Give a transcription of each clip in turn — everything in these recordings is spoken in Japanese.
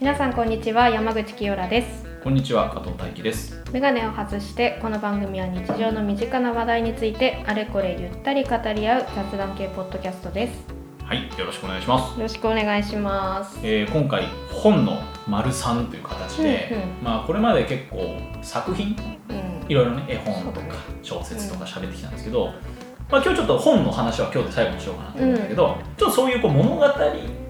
皆さんこんにちは山口清良ですこんにちは加藤大輝です。メガネを外してこの番組は日常の身近な話題についてあれこれゆったり語り合う雑談系ポッドキャストですはい、よろしくお願いします。よろしくお願いしますえー今回本の丸三という形で、うんまあこれまで結構作品うんいろいろね絵本とか小説とか喋ってきたんですけど、まあ今日ちょっと本の話は今日で最後にしようかなと思うんだけど、ちょっとそういうこう物語っ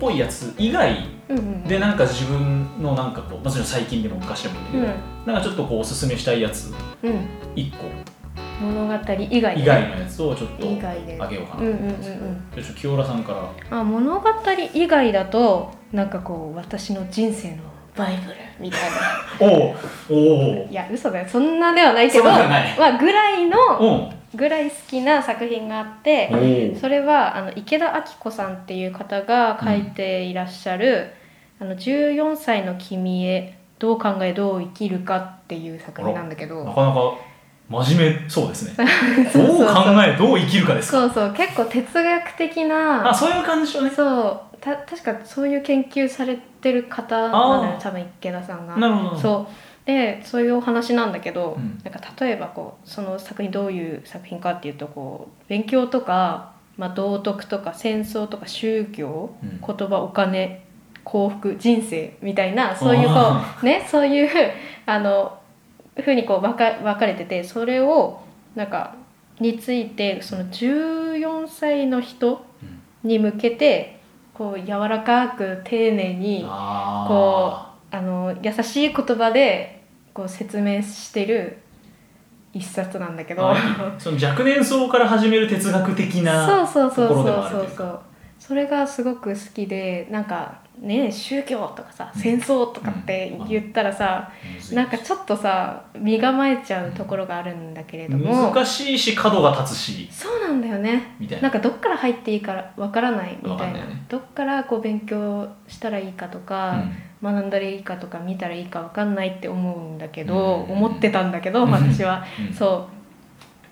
ぽいやつ以外うんうんでなんか自分のなんかこうもちろん最近でも昔でもいいんだうけんど、なんかちょっとこうおすすめしたいやつうん一個物語以外以外のやつをちょっと以外であげようかなうとんう思んうんうんうですけど。んじゃあちょっと清良さんからあ物語以外だとなんかこう私の人生のバイブルみたい なおうおういや嘘だよそんなではないけどそんなではないまあぐらいのおうぐらい好きな作品があってそれはあの池田明子さんっていう方が書いていらっしゃる「あの14歳の君へどう考えどう生きるか」っていう作品なんだけおなどかなか真面目そうですね そうそうどう考えどう生きるかですかそうそう結構哲学的あなそういう感じよねそうた確かそういう研究されてる方なのあよー多分池田さんが。なるほどう、そうでそういうお話なんだけど、うんなんか例えばこうその作品どういう作品かっていうとこう勉強とか、まあ、道徳とか戦争とか宗教うん言葉お金幸福人生みたいなそういうこあうねそういうあのふうにこう分か分かれててそれをなんかについてその14歳の人うんに向けてこう柔らかく丁寧にあこーあの優しい言葉でこう説明してる一冊なんだけど、あその若年層から始める哲学的そうなそうそうとこそうろでもあそるといううかそうそれがすごく好きでなんかね宗教とかさ戦争とかって言ったらさ、なんかちょっとさ身構えちゃうところがあるんだけれども難しいし角が立つしそうなんだよねみたいななんかどっから入っていいかわからないみわたかいんなないよねどっからこう勉強したらいいかとか、学んだらいいかとか見たらいいかわかんないって思うんだけど、うん思ってたんだけどうん私は、うんうんそ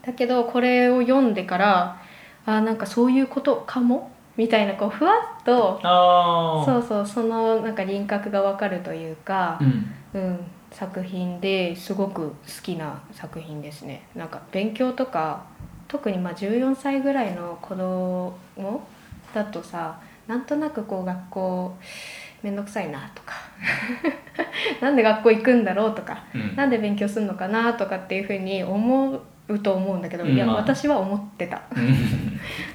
うだけどこれを読んでからあなんかそういうことかもみたいなこうふわっとああそうそうそのなんか輪郭がわかるというかう、んうん作品ですごく好きな作品ですねなんか勉強とか特にまあ14歳ぐらいの子供だとさなんとなくこう学校めんどくさいなとか なんで学校行くんだろうとかうんなんで勉強するのかなとかっていうふうに思うと思うんだけど、うんいやまあ私は思ってたう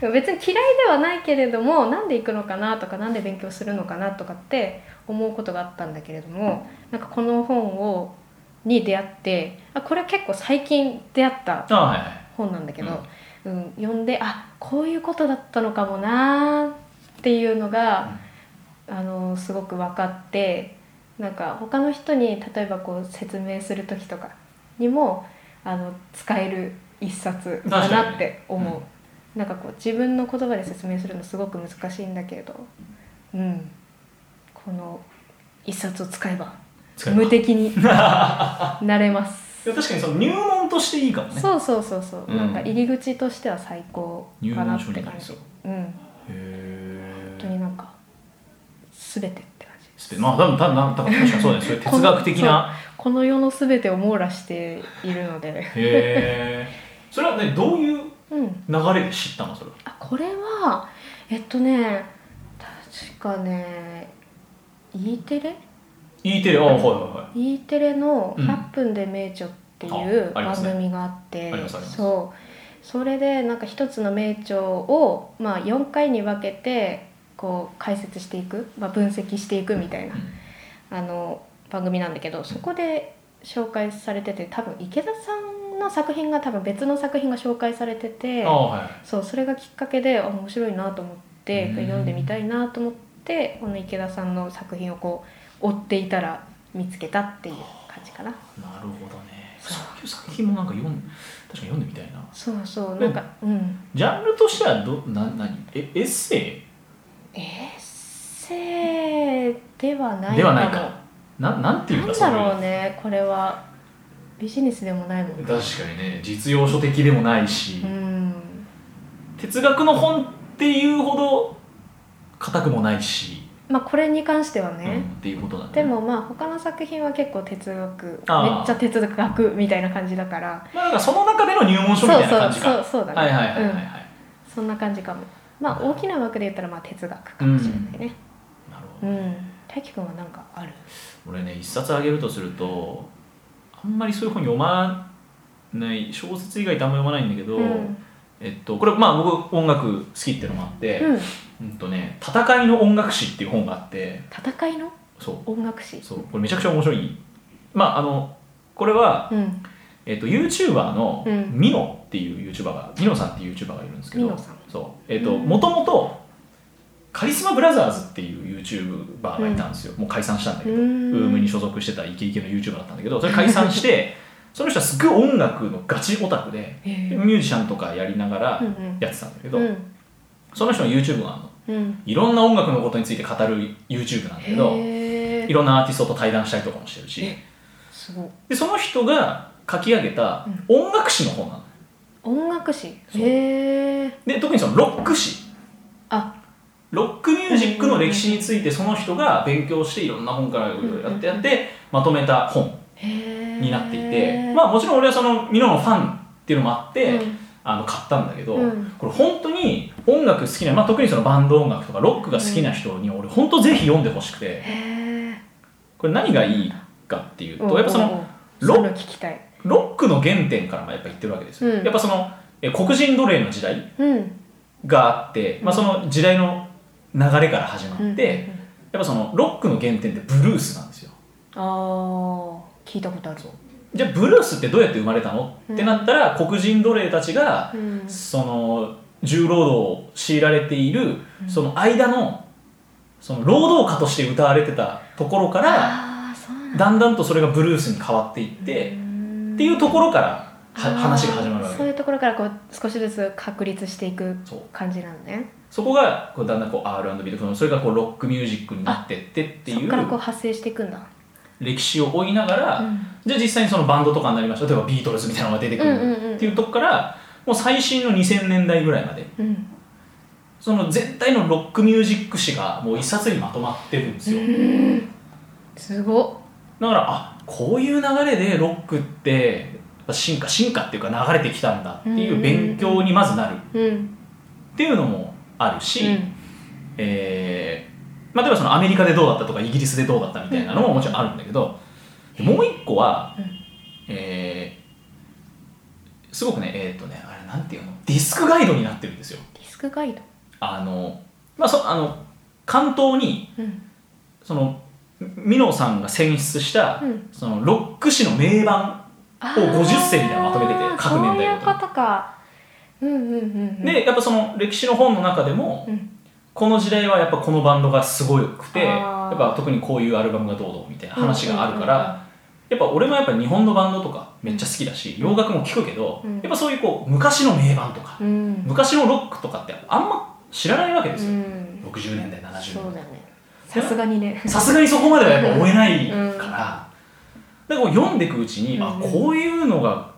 ん別に嫌いではないけれどもなんで行くのかなとかなんで勉強するのかなとかって思うことがあったんだけれどもなんかこの本をに出会ってあこれは結構最近出会ったあーはいはい本なんだけど、うん読んであこういうことだったのかもなーっていうのが、あのすごく分かってなんか他の人に例えばこう説明する時とかにもあの使える一冊だなって思う、確なんかこう自分の言葉で説明するのすごく難しいんだけれど、うん、この一冊を使えば使います無敵に なれます。いや確かにその入門としていいかもねそうそうそうそう、うんなんか入り口としては最高入かな門っ書てに感なりじそうう、ん、へ本当えになんか全てって感じまあ多分多分多分確かにそうだねそれ哲学的なこの世の全てを網羅しているのでへえそれはねどう いううん流れで知ったのそれはあこれはえっとね確かね E テレ E テレあはいはいは E テレの「うん100分で名著」っていうあありま番すね組があって、ありますありますそうそれでなんか一つの名著を、まあ、4回に分けてこう解説していく、まあ、分析していくみたいな、いあの番組なんだけどそこで紹介されてて多分池田さんの作品が多分別の作品が紹介されててあはいはいそうそれがきっかけであ面白いなと思ってうん読んでみたいなと思ってこの池田さんの作品をこう追っていたら見つけたっていう感じかななるほどねそうそういう作品もなんか読ん確かに読んでみたいなそうそうなんかうんジャンルとしてはどな何えエッセエッセイではないイではないもかななんていうなんかだろううねこれはビジネスでもないもんね確かにね実用書的でもないし、うん哲学の本っていうほど硬くもないしまあこれに関してはうんね、っていうことだねでもまあ他の作品は結構哲学めっちあーゃ哲学みたいな感じだからまあだからその中での入門書そうみたいなそ感うじそかうそうだね、はいはいはいはい、うんはい、そんな感じかもまあ大きな枠で言ったらまあ哲学かもしれないねなるほうど、ん、大輝くんは何かある俺ね一冊あげるとするとあんまりそういう本読まない小説以外ってあんま読まないんだけど、うんえっと、これまあ僕音楽好きっていうのもあって、うん、うんとね「戦いの音楽史」っていう本があって戦いのそ音楽史うそうこれめちゃくちゃ面白いまああのこれは、うんえっと、YouTuber のうんミノっていう YouTuber が、ミノさんっていう YouTuber がいるんですけどミノさんそうえっとうんもともとカリスマブラザーズっていう YouTuber がいたんですよ、もう解散したんだけど、うーんウームに所属してたイケイケの YouTuber だったんだけどそれ解散して その人はすごい音楽のガチオタクでへミえュージシャンとかやりながらうんうんやってたんだけど、うんその人の YouTube があのうんいろんな音楽のことについて語る YouTube なんだけどへいえろんなアーティストと対談したりとかもしてるしえすごいでその人が書き上げた音楽史の本なの音楽史そうへえで特にそのロック史あロックミュージックの歴史についてその人が勉強していろんな本からいろいろやってやってまとめた本へえになっていてまあもちろん俺はそのミノのファンっていうのもあってうんあの買ったんだけどうんこれ本当に音楽好きなまあ特にそのバンド音楽とかロックが好きな人に俺本当ぜひ読んでほしくてへえこれ何がいいかっていうとやっぱそのロロの聞きたいロックの原点からもやっぱ言ってるわけですよ、うんやっぱそのえ黒人奴隷の時代うんがあって、まあ、うそんの時代の流れから始まって、やっうんぱそのロックの原点ってブルースなんですよあー聞いたことあるそうじゃあブルースってどうやって生まれたのってなったら、黒人奴隷たちがうんその重労働を強いられているうんその間のその労働家として歌われてたところからああそうなんだだんだんとそれがブルースに変わっていって、っていうところからは話が始まるわけそういうところからこう少しずつ確立していくそう感じなのねそこがこうだんだんこう R&B とかそれがこうロックミュージックになってってってそいこうからこう派生していくんだ歴史を追いながら、うんじゃあ実際にそのバンドとかになりました例えばビートルズみたいなのが出てくうんうんうるんっていうとこからもう最新の2000年代ぐらいまでうんその全体のロックミュージック史がもう一冊にまとまってるんですよすごだからあこういう流れでロックってやっぱ進化進化っていうか流れてきたんだっていう勉強にまずなるっっうんていうのもあるし、うんえーまあ、例えばそのアメリカでどうだったとかイギリスでどうだったみたいなのももちろんあるんだけど、もう一個は、うんえーすごくねえーっ、とねあれなんていうのディスクガイドになってるんですよディスクガイドあの、まあ、そあの関東にうんそのミノさんが選出した、うんそのロック史の名盤あを50選みたいなのまとめててー各年代ごそとにういうことかうんうんうんうんでやっぱその歴史の本の中でもうんこの時代はやっぱこのバンドがすごくてあやーっぱ特にこういうアルバムがどうどうみたいな話があるかうんうんうんうんらやっぱ俺もやっぱ日本のバンドとかめっちゃ好きだし洋楽も聴くけどうんやっぱそういうこう昔の名盤とかうん昔のロックとかってあんま知らないわけですうよん60年代70そう年だねさすがにね代さすがにそこまではやっぱ追えないからだからこう読んでいくうちにあうんうんこういうのが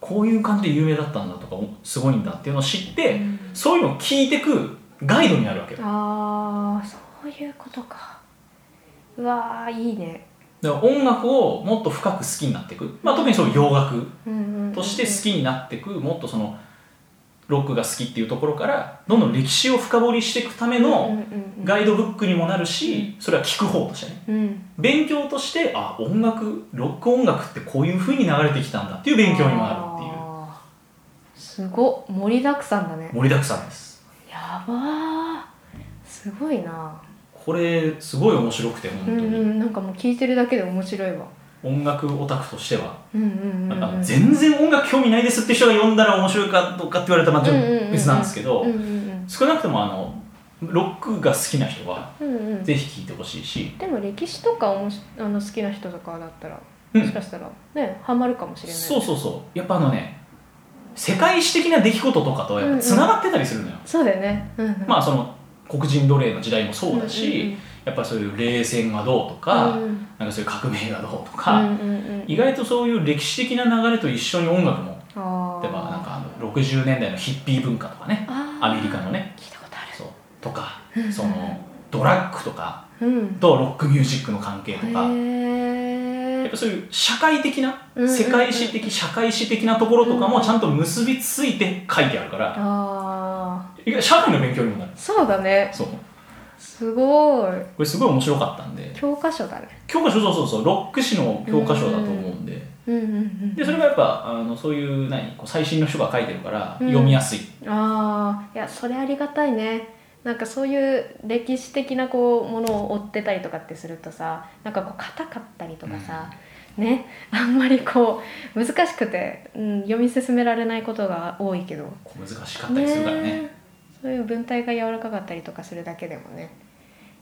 こういう感じで有名だったんだとかすごいんだっていうのを知ってそういうのを聞いてくガイドになるわけよああそういうことかうわーいいね、だから音楽をもっと深く好きになっていく、まあ、特にそういう洋楽うんうんうんとして好きになっていくもっとそのロックが好きっていうところからどんどん歴史を深掘りしていくためうんうのんガイドブックにもなるしそれは聞く方としてねうんうん、勉強としてあ音楽ロック音楽ってこういう風に流れてきたんだっていう勉強にもなるっていうあーすごっ盛りだくさんだね盛りだくさんですやばーすごいなこれすごい面白くて本う当んに、うんなんかもう聞いてるだけで面白いわ音楽オタクとしてはうんうんうん、あうのん、全然音楽興味ないですって人が読んだら面白いかどうかって言われたらまあちょうっんうんうんうとん別なんですけどうんうん少なくともあのロックが好きな人はうんうんうんぜひ聴いてほしいし、でも歴史とかおもしあの好きな人とかだったらうもしんかしたらねハマるかもしれないそうそうそうやっぱあのね世界史的な出来事とかとやっぱつながってたりするのよ、そうだよね、うんうん、まあその黒人奴隷の時代もそうだし、うんうんうんやっぱそういう冷戦がどうとか、うんなんかそういう革命がどうとうか、んうんうん意外とそういう歴史的な流れと一緒に音楽もあー例えばなんかあの60年代のヒッピー文化とかねあーアメリカのね聞いたことあるそうとかうんそのドラッグとかうんとロックミュージックの関係とか、へやっえぱそういう社会的な、うんうんうん世界史的社会史的なところとかもちゃんと結びついて書いてあるから、あ社会の勉強にもなるーそうだねそうこすごいれすごい面白かったんで教科書だね教科書そうそうそうロック史の教科書だと思うんで,、うんうんうんでそれがやっぱあのそういう何こう最新の書が書いてるからうん読みやすい、ああいやそれありがたいねなんかそういう歴史的なこうものを追ってたりとかってするとさなんかこう硬かったりとかさ、ねあんまりこう難しくて、うん、読み進められないことが多いけどこう難しかったりするからねえそういう文体が柔らかかったりとかするだけでもね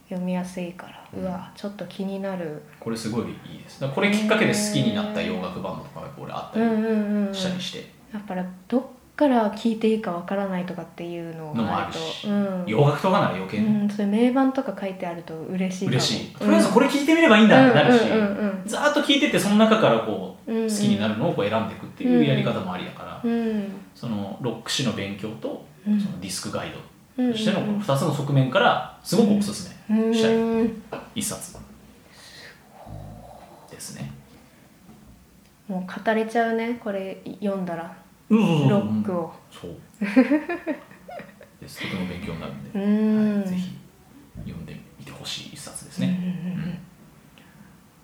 読みやすいから、ううんわちょっと気になるこれすごいいいですだからこれきっかけで好きになった洋楽バンドとかが俺あっうたんりうんうんしたりして、だからどっから聞いていいかわからないとかっていうののもがああるるとしうん洋楽とかなら余計うん、それ名盤とか書いてあると嬉しいかも嬉しい、とりあえずこれ聞いてみればいいんだってなるし、うんうんざーっと聞いててその中からこううんうん、好きになるのをこう選んでいくっていうやり方もありだから、うんそのロック史の勉強とうんそのディスクガイうんドとしてのこの2つの側面からすごくおすすめ、うんしたいうん一冊ですね。もう語れちゃうねこれ読んだらロロックをそうですとても勉強になるんうで、んはい、ぜひ読んでみてほしい一冊ですうんね。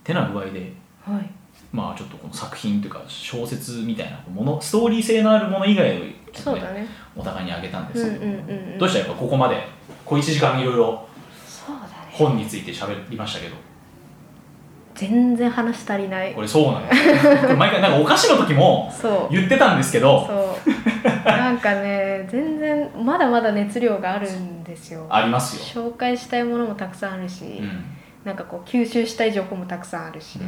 てな具合でうんうんはいまあちょっとこの作品というか小説みたいなものストーリー性のあるもの以外をちょっとそうねだねお互いにあげたんですけど、うんうんうんうんどうしたらやっぱここまで小1時間いろいろそうだね本について喋りましたけど全然話足りないこれそ うなんですよこれ毎回なんかお菓子の時もそう言ってたんですけどそうなんかね全然まだまだ熱量があるんですよありますよ、紹介したいものもたくさんあるし、うんなんかこう吸収したい情報もたくさんあるし、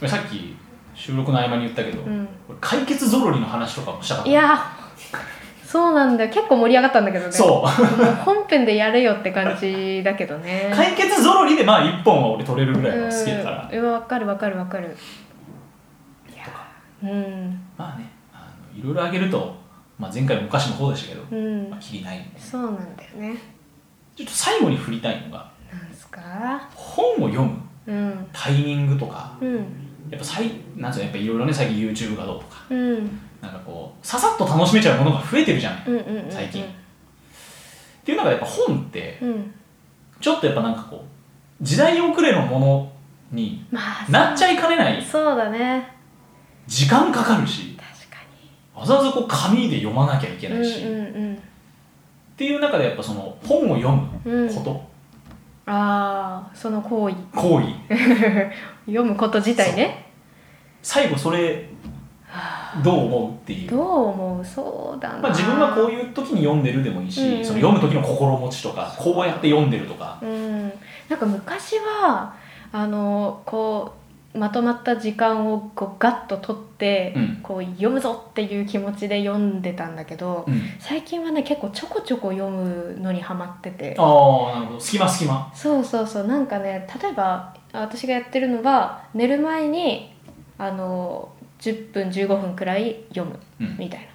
うん、さっき収録の合間に言ったけど、うんこれ解決ぞろりの話とかもしたかったいやそうなんだよ結構盛り上がったんだけどねそうもう本編でやれよって感じだけどね解決ぞろりでまあ1本は俺取れるぐらいは好きだから、うんうわわかるわかるわかるいやうんまあねあのいろいろあげると、まあ、前回もお菓子の方でしたけど、うんまあ、きりないんでそうなんだよねちょっと最後に振りたいのがなんすか本を読むうんタイミングとかうんやっぱ最なんつうのやっぱいろいろね最近 YouTube がどうとかうんうんなんかこうささっと楽しめちゃうものが増えてるじゃない、うんっうんうん最近ていう中でやっぱ本ってうんちょっとやっぱなんかこう時代遅れのものにまあなっちゃいかねないそうだね時間かかるし確かわざわざこう紙で読まなきゃいけにないし、うっんうんていう中でやっぱその本を読むうんうんこと、ああその行為行為読むこと自体ね最後それはあどう思うっていうどう思うそうだな、まあ、自分はこういう時に読んでるでもいいし、うんその読む時の心持ちとかこうやって読んでるとかうん、なんか昔はあのこうまとまった時間をこうガッと取って、うんこう読むぞっていう気持ちで読んでたんだけど、うん最近はね結構ちょこちょこ読むのにハマっててああなるほど隙間隙間そうそうそうなんかね例えばあ私がやってるのは寝る前にあの10分15分くらい読むうんみたいな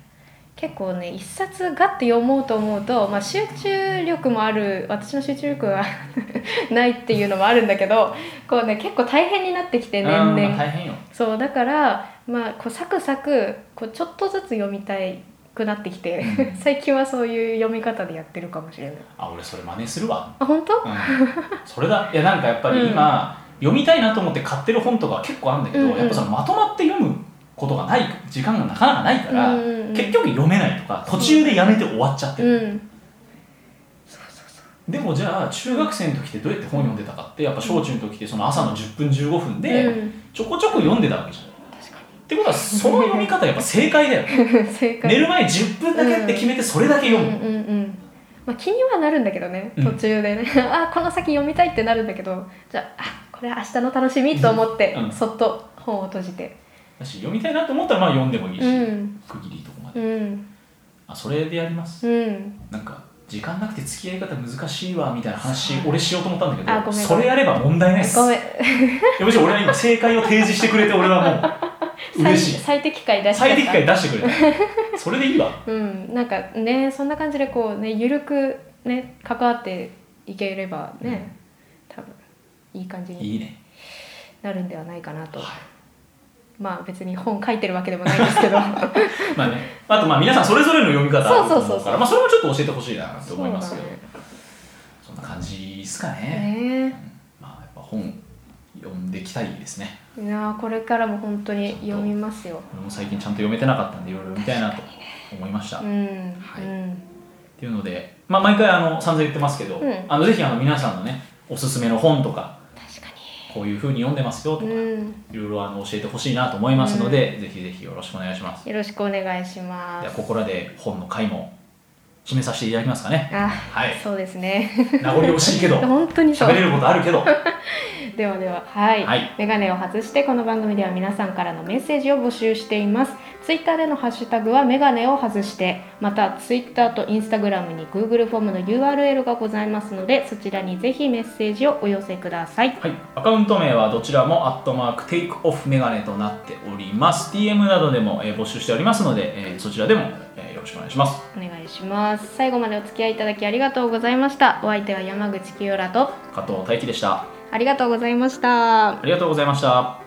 結構ね一冊ガッて読もうと思うと、まあ、集中力もある私の集中力は ないっていうのもあるんだけどこうね結構大変になってきて年うんまあ々大変よそうだから、まあ、こうサクサクこうちょっとずつ読みたくなってきてうん 最近はそういう読み方でやってるかもしれないあ俺それ真似するわ、あ本当 うん、それだいやなんかやっぱり今、読みたいなと思って買ってる本とか結構あるんだけど、うんうんやっぱそのまとまって読むことがない時間がなかなかないから、うんうんうん結局読めないとか途中でやめて終わっちゃってる、うんそうそうそうでもじゃあ中学生の時ってどうやって本読んでたかってやっぱ小中の時ってその朝の10分15分で、うん、ちょこちょこ読んでたわけじゃんってことはその読み方やっぱ正解だよ 確かに正解寝る前10分だけって決めてそれだけ読む、うんうんうんまあ、気にはなるんだけどねうん途中でね、 あこの先読みたいってなるんだけどじゃああこれは明日の楽しみと思って、うんそっと本を閉じてだし読みたいなと思ったらまあ読んでもいいし、うん区切りとこまで、うんあそれでやります、うんなんか時間なくて付き合い方難しいわみたいな話そう俺しようと思ったんだけどあごめんごめんそれやれば問題ないですごめんいやむしろ俺は今正解を提示してくれて俺 はもう最嬉しい最適解出しちゃった最 適解出してくれたそれでいいわうんなんかねそんな感じでこうねゆるくね関わっていければね、多分いい感じにいいねなるんではないかなと、はいまあ別に本書いてるわけでもないですけどまあね、あとまあ皆さんそれぞれの読み方あるそと思うそううそうかそらうまあそれもちょっ と教えてほしいなってそう思いますけどだねそんな感じですかね、ねまあやっぱ本読んできたいですねいやーこれからも本当に読みますよ俺も最近ちゃんと読めてなかったんでいろいろ読みたいなと思いました、うっん、はいうんていうので、まあ、毎回あの散々言ってますけど、うんあのぜひあの皆さんのねおすすめの本とか確かこういうふうに読んでますよとか、に、うん、いろいろあの教えてほしいなと思いますので、ぜひぜひよろしくお願いしますよろしくお願いしまじゃあすここらで本の回も締めさせていただきますかねあ、はいそうですね 名残惜しいけど本当にそう喋れることあるけどではでははい、はいメガネを外してこの番組では皆さんからのメッセージを募集していますツイッターでのハッシュタグはメガネを外してまたツイッターとインスタグラムに Google フォームの URL がございますのでそちらにぜひメッセージをお寄せくださいはい、アカウント名はどちらもアットマークテイクオフメガネとなっております。DM などでも、えー募集しておりますので、えーそちらでも、えーよろしくお願いします。お願いします最後までお付き合いいただきありがとうございましたお相手は山口清良と加藤大輝でした。ありがとうございましたありがとうございました。